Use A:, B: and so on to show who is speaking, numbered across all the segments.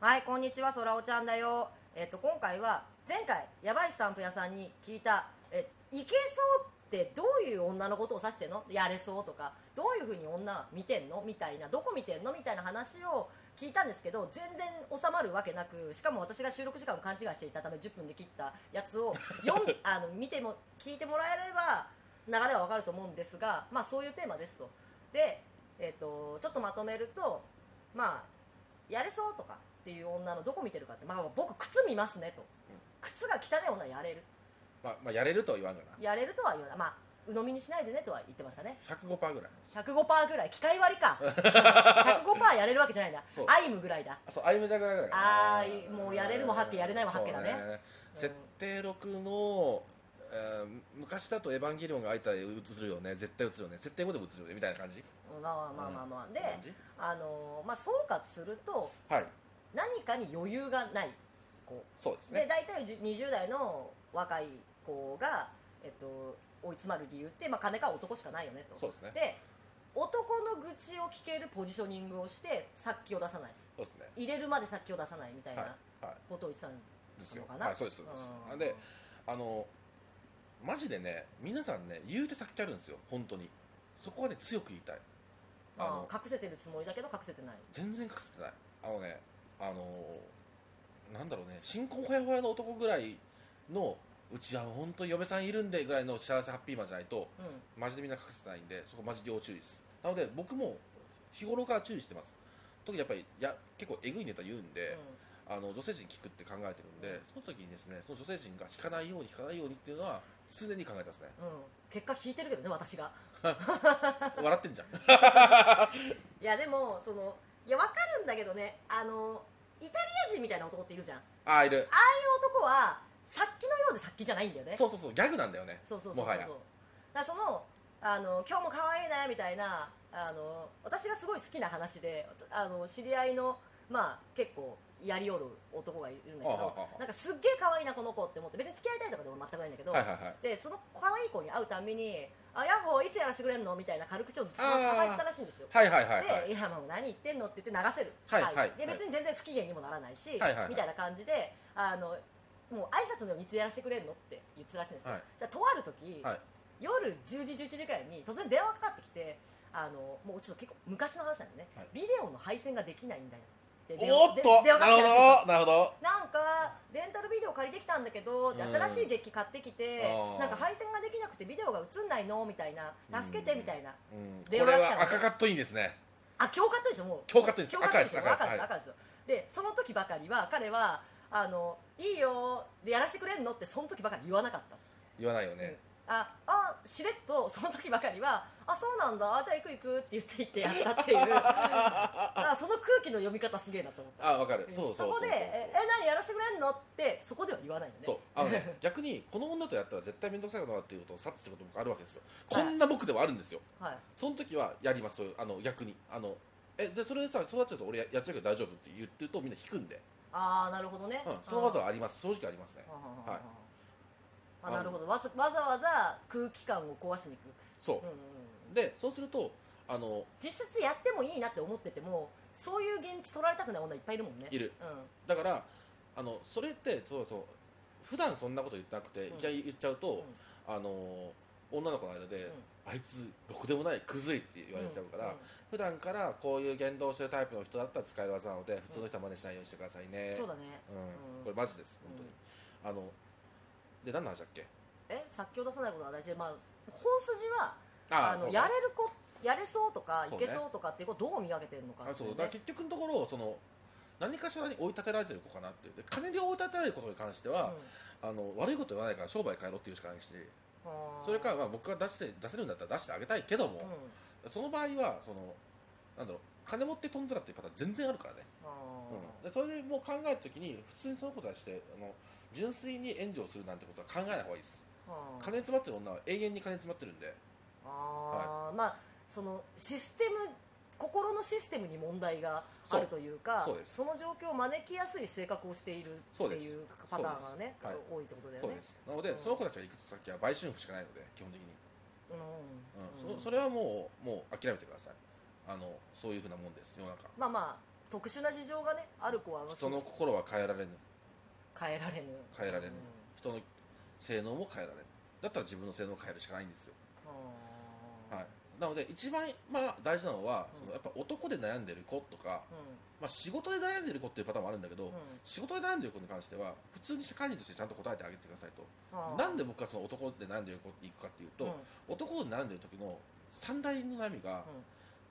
A: はいこんにちはそらおちゃんだよえっと今回は前回やばいスタンプ屋さんに聞いたえいけそうってどういう女のことを指してんのやれそうとかどういうふうに女は見てんのみたいなどこ見てんのみたいな話を聞いたんですけど全然収まるわけなくしかも私が収録時間を勘違いしていたため10分で切ったやつを読んあの見ても聞いてもらえれば流れはわかると思うんですがまあそういうテーマですと。で、えっとちょっとまとめるとまあやれそうとかっていう女のどこ見てるかって、まあ、僕靴見ますねと靴が汚い女はやれる
B: まあ、まあ、やれるとは言わんがな
A: やれるとは言わないまあ鵜呑みにしないでねとは言ってましたね
B: 105%ぐらい
A: 105%ぐらい機械割りか105%やれるわけじゃないんだ
B: そう
A: アイムぐらいだ
B: あそうアイムジャグラーぐらいかな
A: あーもうやれるも八卦やれないも八卦だねう
B: そう
A: ん
B: 設定6の、えー昔だと「エヴァンゲリオン」が相手映るよね絶対映るよね設定5でも映るよねみたいな感じ
A: まあまあまあまあ、
B: うん
A: で
B: 感じ
A: あのーまあ総括すると
B: はい
A: 何かに余裕がないこう
B: そうです
A: で
B: ね
A: 大体じゅ20代の若い子が、えっと、追い詰まる理由って、まあ、金か男しかないよねと
B: そうですね
A: で男の愚痴を聞けるポジショニングをして殺気を出さない
B: そうですね
A: 入れるまで殺気を出さないみたい
B: は
A: ない
B: はい
A: ことを言ってたの
B: ですよ
A: かな
B: はいそうですそうです
A: うん
B: であのマジでね皆さんね言うて先あるんですよ本当にそこはね強く言いたいあ
A: あ
B: の
A: ー隠せてるつもりだけど隠せてない
B: 全然隠せてないあのねあのーなんだろうね新婚ほやほやの男ぐらいのうちは本当に嫁さんいるんでぐらいの幸せハッピーマンじゃないと
A: うん
B: マジでみんな隠せてないんでそこマジで要注意ですなので僕も日頃から注意してます特にやっぱりや結構えぐいネタ言うんで、あの女性陣聞くって考えてるんで、その時にですねその女性陣が引かないように引かないようにっていうのは常に考えてますね
A: うん、うん、結果引いてるけどね私が
B: 笑ってんじゃん
A: いやでもそのいや分かるんだけどねあのイタリア人みたいな男っているじゃんあ
B: ああいる
A: あいう男は殺気のようで殺気じゃないんだよね
B: そうそうそうギャグなんだよね
A: そうそうそうそう
B: もはや
A: だからそのあの今日も可愛いねみたいなあの私がすごい好きな話であの知り合いのまあ結構やりおる男がいるんだけ
B: あああ
A: ど
B: あ
A: なんかすっげえ可愛いなこの子って思って別に付き合いたいとかでも全くないんだけど、
B: はいはいはい
A: でその可愛い子に会うたんびに「あヤッホーいつやらしてくれんの?」みたいな軽口をずっと
B: ああ
A: 叩いてたらしいんですよ。
B: はいはいはいはい
A: で「いやもう何言ってんの?」って言って流せる、
B: はいはい
A: で
B: はい
A: 別に全然不機嫌にもならないし、
B: はいはいはい
A: みたいな感じであのもう挨拶のようにいつやらしてくれんのって言ってたらしいんですよ、
B: はい
A: じゃあとある時、
B: はい
A: 夜10時11時くらいに突然電話がかかってきてあのもうちょっと結構昔の話なんでね、
B: はい
A: ビデオの配線ができないんだよって電
B: お
A: 話
B: っ
A: で
B: と
A: 電話
B: な
A: か
B: る
A: かってきたらしいんですよ
B: ほどなるほど
A: なんかレンタルビデオ借りてきたんだけどで
B: うん
A: 新しいデッキ買ってきて
B: あー
A: なんか配線ができなくてビデオが映んないのみたいな助けてみたいな
B: うんこ
A: 電
B: れ
A: 話が来たの
B: は赤カットいいですね
A: あ強化とでしょもう
B: 強化とです
A: 強化とでしょ
B: 赤です
A: 赤です
B: 赤
A: 赤ですよでその時ばかりは彼はあのいいよでやらしてくれんのってその時ばかり言わなかった
B: 言わないよね、
A: ああしれっとその時ばかりは「あそうなんだあじゃあ行く行く」って言って行ってやったっていう あその空気の読み方すげえなと思った
B: あわかるそうそう
A: こ
B: そう
A: で「ええ何やらしてくれんの?」ってそこでは言わないよね
B: そうあの ね逆にこの女とやったら絶対面倒くさいことだっていうことを察知することもあるわけですよこんな僕ではあるんですよ
A: はい
B: その時はやりますそういうあの逆にあのえでそれでさそうなっちゃうと俺ややっちゃうけど大丈夫って言ってるとみんな引くんで、
A: ああなるほどね、
B: うん、そのこと
A: は
B: はあります正直ありますねはい
A: あなるほどわざわざわざ空気感を壊しに行く、
B: そう
A: うんうんうん、
B: でそうするとあの
A: 実質やってもいいなって思っててもそういう現地取られたくない女いっぱいいるもんね
B: いる、
A: うん、
B: だからあのそれってそうそう普段そんなこと言ってなくて、
A: うん
B: いきなり言っちゃうと、あの女の子の間で、あいつろくでもないクズいって言われちゃうか
A: う
B: ら、
A: んうん
B: 普段からこういう言動をしてるタイプの人だったら使える技なので普通の人は真似しないようにしてくださいね、
A: そうだね、うん
B: うんこれマジです本当に、あので何の話だっけ
A: え殺気を出さないことが大事で、まあ、本筋はあ
B: あそ
A: の
B: う
A: やれる子やれそうとかい
B: そ
A: う
B: ね
A: けそうとかっていう子をどう見分けてるのかっ
B: あ
A: てい
B: そ
A: うう
B: だ
A: ね
B: から結局のところその何かしらに追い立てられてる子かなっていうで金で追い立てられることに関しては、あの悪いこと言わないから商売変えろっていうしかないし
A: うんあー
B: それからまあ僕が出して出せるんだったら出してあげたいけど
A: う
B: も、
A: ん
B: その場合はそのなんだろう金持ってとんずらっていう方全然あるからね、
A: あ
B: うん、でそれでもう考えるときに普通にそのことはしてあの純粋に援助をするなんてことは考えない方がいいです
A: ーあー
B: 金詰まってる女は永遠に金詰まってるんで
A: あーまあそのシステム心のシステムに問題があるというか
B: そうそうです
A: の状況を招きやすい性格をしている
B: そ
A: っ
B: う
A: て
B: です
A: いうパターンがね、
B: そうです
A: 多いってことだよ
B: そう
A: ね
B: ですなので、
A: うん
B: その子たちが行く先は売春婦しかないので基本的に、
A: うん
B: うんそそれはもうもう諦めてくださいあのそういうふうなもんです世の中
A: まあまあ特殊な事情がねある子は
B: 人の心は変えられぬ
A: 変えられぬ
B: 変えられぬ、
A: うん
B: 人の性能も変えられぬだったら自分の性能を変えるしかないんですよ、
A: うん
B: はい、なので一番、まあ、大事なのは、そのやっぱ男で悩んでる子とか、まあ、仕事で悩んでる子っていうパターンもあるんだけど、
A: ん
B: 仕事で悩んでる子に関しては普通に社会人としてちゃんと答えてあげてくださいと、
A: うん
B: なんで僕がその男で悩んでる子に行くかっていうと、
A: うん
B: 男で悩んでる時の三大の悩みが、
A: うん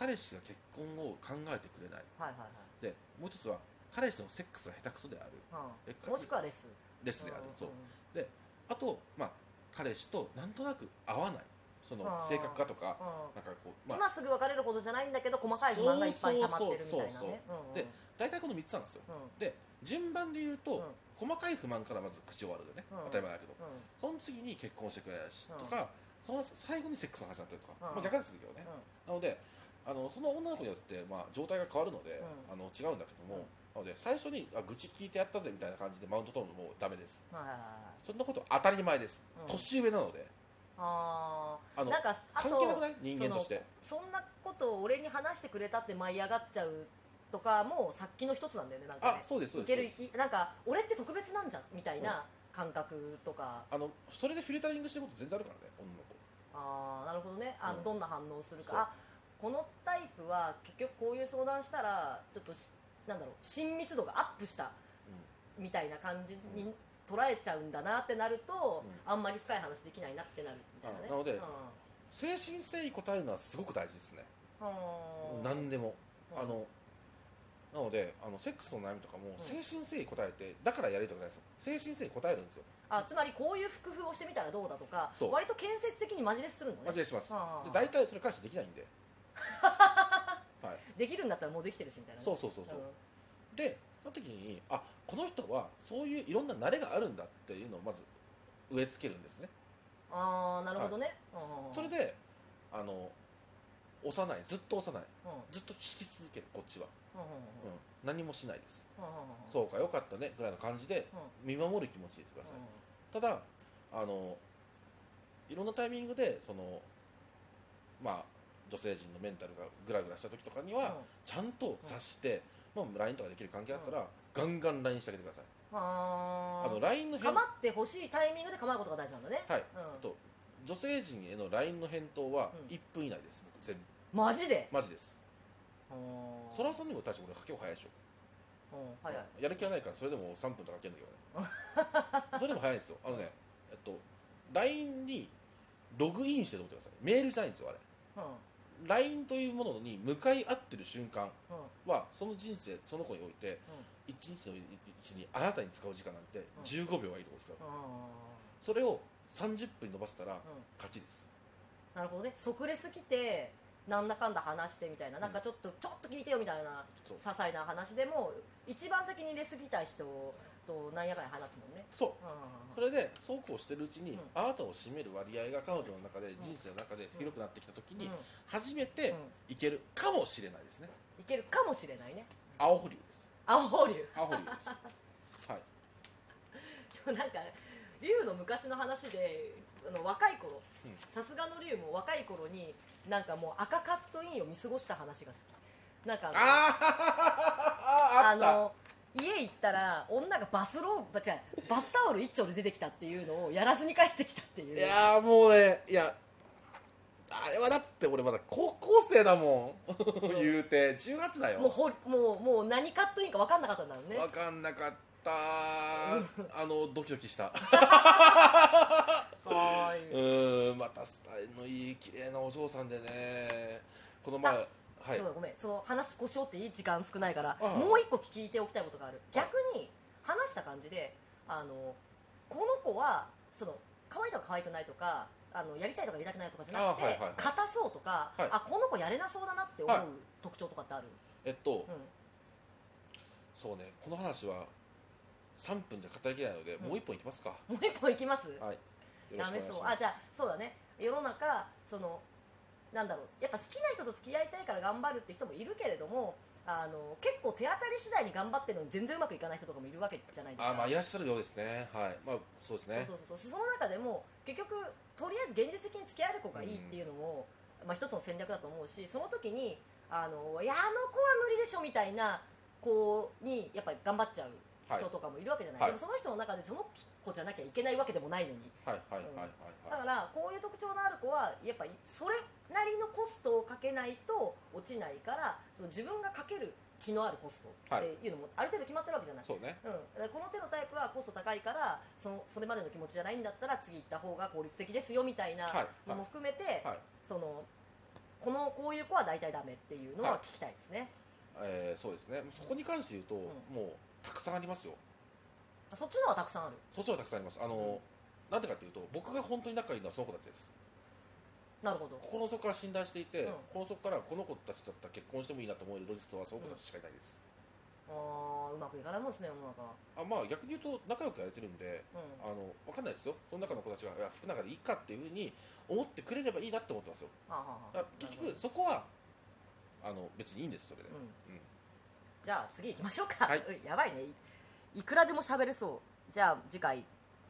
B: 彼氏が結婚を考えてくれない
A: はいはいはい
B: でもう一つは彼氏のセックスが下手くそであるえ
A: うんもしくはレス
B: レスである、そう
A: うん
B: であと、まあ、彼氏となんとなく合わないその
A: あー
B: 性格がとか
A: うん
B: なんかこう、ま
A: 今
B: あ、
A: すぐ別れることじゃないんだけど細かい不満がいっぱい溜まってるみたいなね
B: そうそうそうそう
A: うん
B: で大体この3つなんですよ、
A: うん
B: で順番で言うと、
A: う
B: 細かい不満からまず口を割るでね、
A: うん
B: 当たり前だけど、
A: うん
B: その次に結婚してくれないし、
A: うん
B: とかその最後にセックスが始まったりとか、
A: うん
B: まあ、逆ですけどね、
A: う
B: なのであのその女の子によって、まあ、状態が変わるので、
A: う
B: あの違うんだけども、なので最初にあ愚痴聞いてやったぜみたいな感じでマウント取るのもダメです
A: はいはいはい
B: そんなこと当たり前です、
A: うん
B: 年上なので
A: あー
B: あの
A: なんかあ
B: 関係なくない人間として
A: そのそんなことを俺に話してくれたって舞い上がっちゃうとかも殺気の一つなんだよねなんかね
B: あそうですそう
A: い
B: です
A: けるいなんか俺って特別なんじゃんみたいな感覚とか
B: あのそれでフィルタリングしてること全然あるからね女の子
A: あーなるほどねあ、
B: うん
A: どんな反応する
B: そう
A: かあこのタイプは結局こういう相談したらちょっとしなんだろう親密度がアップしたみたいな感じに捉えちゃうんだなってなると、あんまり深い話できないなってなるみたいなね
B: あなので
A: うん
B: 精神性に応えるのはすごく大事ですね、
A: うん
B: 何でも、
A: うん
B: あのなのであのセックスの悩みとかも
A: ん
B: 精神性に応えてだからやりとかないですよ精神性に応えるんですよ
A: あつまりこういう工夫をしてみたらどうだとか
B: そう
A: 割と建設的にマジレスするのね
B: マジでしますで
A: あー
B: 大体それ彼氏できな いんではい
A: できるんだったらもうできてるしみたいなね
B: そうそうそうそう
A: うん
B: でその時にあこの人はそういういろんな慣れがあるんだっていうのをまず植え付けるんですね
A: ああなるほどね、うんうん
B: それであの押さないずっと押さない
A: うんうん
B: ずっと引き続けるこっちは、
A: うん
B: うん何もしないです
A: うんうんうん
B: そうかよかったねぐらいの感じで見守る気持ちでいてください、ただあのいろんなタイミングでそのまあ女性陣のメンタルがグラグラした時とかには、
A: うん
B: ちゃんと察して、まあ、LINE とかできる関係だったら、ガンガン LINE してあげてください、
A: あ
B: あの LINE の
A: か
B: 返
A: まってほしいタイミングで構うことが大事なんだね
B: はい、
A: うん
B: あと女性陣への LINE の返答は
A: うん
B: 1分以内です、僕全部
A: マジで
B: マジです
A: うん
B: そらさんにも対して俺かけ早いでしょ、
A: うん早い
B: やる気はないからそれでも3分とかかけるん だけどねそれでも早いんですよあのねえっと LINE にログインしてると思ってくださいメールじゃないんですよあれ
A: うん
B: LINE というものに向かい合ってる瞬間
A: うん
B: はその人生その子において1日のうちにあなたに使う時間なんて15秒はいいとこですよ
A: うんうん
B: それを30分に伸ばせたら勝ちです
A: なるほどね即レス来てなんだかんだ話してみたいななんかちょっと、ちょっと聞いてよみたいな
B: そう
A: 些細な話でも一番先にレス来た人となんやかんや話すもんね
B: そう
A: うんうん
B: それでそうこうしてるうちに、
A: ん
B: あなたを占める割合が彼女の中で、人生の中で広くなってきた時に、
A: うん
B: 初めていけるかもしれないですね
A: うんいけるかもしれないね
B: 青保留です
A: 青保留
B: 青保 留ですはい
A: でもなんか龍の昔の話であの若い頃
B: うん
A: さすがの龍も若い頃になんかもう赤カットインを見過ごした話が好きなんかあの
B: あーあ
A: あ
B: った
A: の家行ったら女がバスローブあ違うバスタオル一丁で出てきたっていうのをやらずに帰ってきたっていう
B: いやーもうねいやあれはだって俺まだ高校生だもん 言うて18だよ
A: もうほもうもう何カットインか分かんなかったんだろうね
B: 分かんなかったあのドキドキした
A: は
B: う
A: ーい
B: ーんまたスタイルのいい綺麗なお嬢さんでねこの前
A: あ
B: はい
A: そうだごめんその話故障っていい時間少ないから
B: ああ
A: もう一個聞いておきたいことがある逆に話した感じであのこの子はその可愛いとか可愛くないとかあのやりたいとかやりたくないとかじゃなくて、
B: あはいはいはい
A: 硬そうとか、
B: はい
A: あこの子やれなそうだなって思う
B: はい
A: 特徴とかってある、
B: えっと、
A: うん
B: そうねこの話は3分じゃ語りきれないので、もう1本いきますか、
A: もう一本いきます
B: はいよろ
A: ダ
B: しくお願
A: メ
B: いし
A: そう
B: ま
A: あ
B: す
A: じゃあそうだね世の中そのなんだろうやっぱ好きな人と付き合いたいから頑張るって人もいるけれどもあの結構手当たり次第に頑張ってるのに全然うまくいかない人とかもいるわけじゃないですか
B: あまあいらっしゃるようですねはいまあそうですね
A: そうそうそうその中でも結局とりあえず現実的に付き合える子がいいっていうのも、まあ、一つの戦略だと思うしその時にあのいやあの子は無理でしょみたいな子にやっぱり頑張っちゃう
B: はい
A: 人とかもいるわけじゃない、
B: はい
A: でもその人の中でその子じゃなきゃいけないわけでもないのに
B: はいはいはいはい
A: だ
B: はい
A: からこういう特徴のある子はやっぱりそれなりのコストをかけないと落ちないからその自分がかける気のあるコストっていうのもある程度決まってるわけじゃない、
B: そうね
A: うん、だからこの手のタイプはコスト高いからそのそれまでの気持ちじゃないんだったら次行った方が効率的ですよみたいな
B: はい
A: のも含めて、
B: はい
A: そのこのこういう子は大体ダメっていうのは聞きたいですね、
B: えーそうですねそこに関して言うと、もうたくさんありますよ
A: そっちの方がたくさんある
B: そっちはたくさんありますあの、なんでかっていうと僕が本当に仲いいのはその子たちです
A: なるほど
B: 心の底から信頼していて、
A: うん
B: 心の底からこの子たちだったら結婚してもいいなと思えるロリストはその子たちしかいないです、
A: あーうまくいかないもんですね世の中
B: あまあ逆に言うと仲良くやれてるんで、
A: うん
B: あの分かんないですよその中の子たちがいや服の中でいいかっていうふうに思ってくれればいいなって思ってますよ
A: はあはあ
B: だ
A: はあ
B: から結局そこはあの別にいいんですそれで、
A: うん
B: うん
A: じゃあ次行きましょうか、
B: はい
A: うんやばいねいいくらでも喋れそうじゃあ次回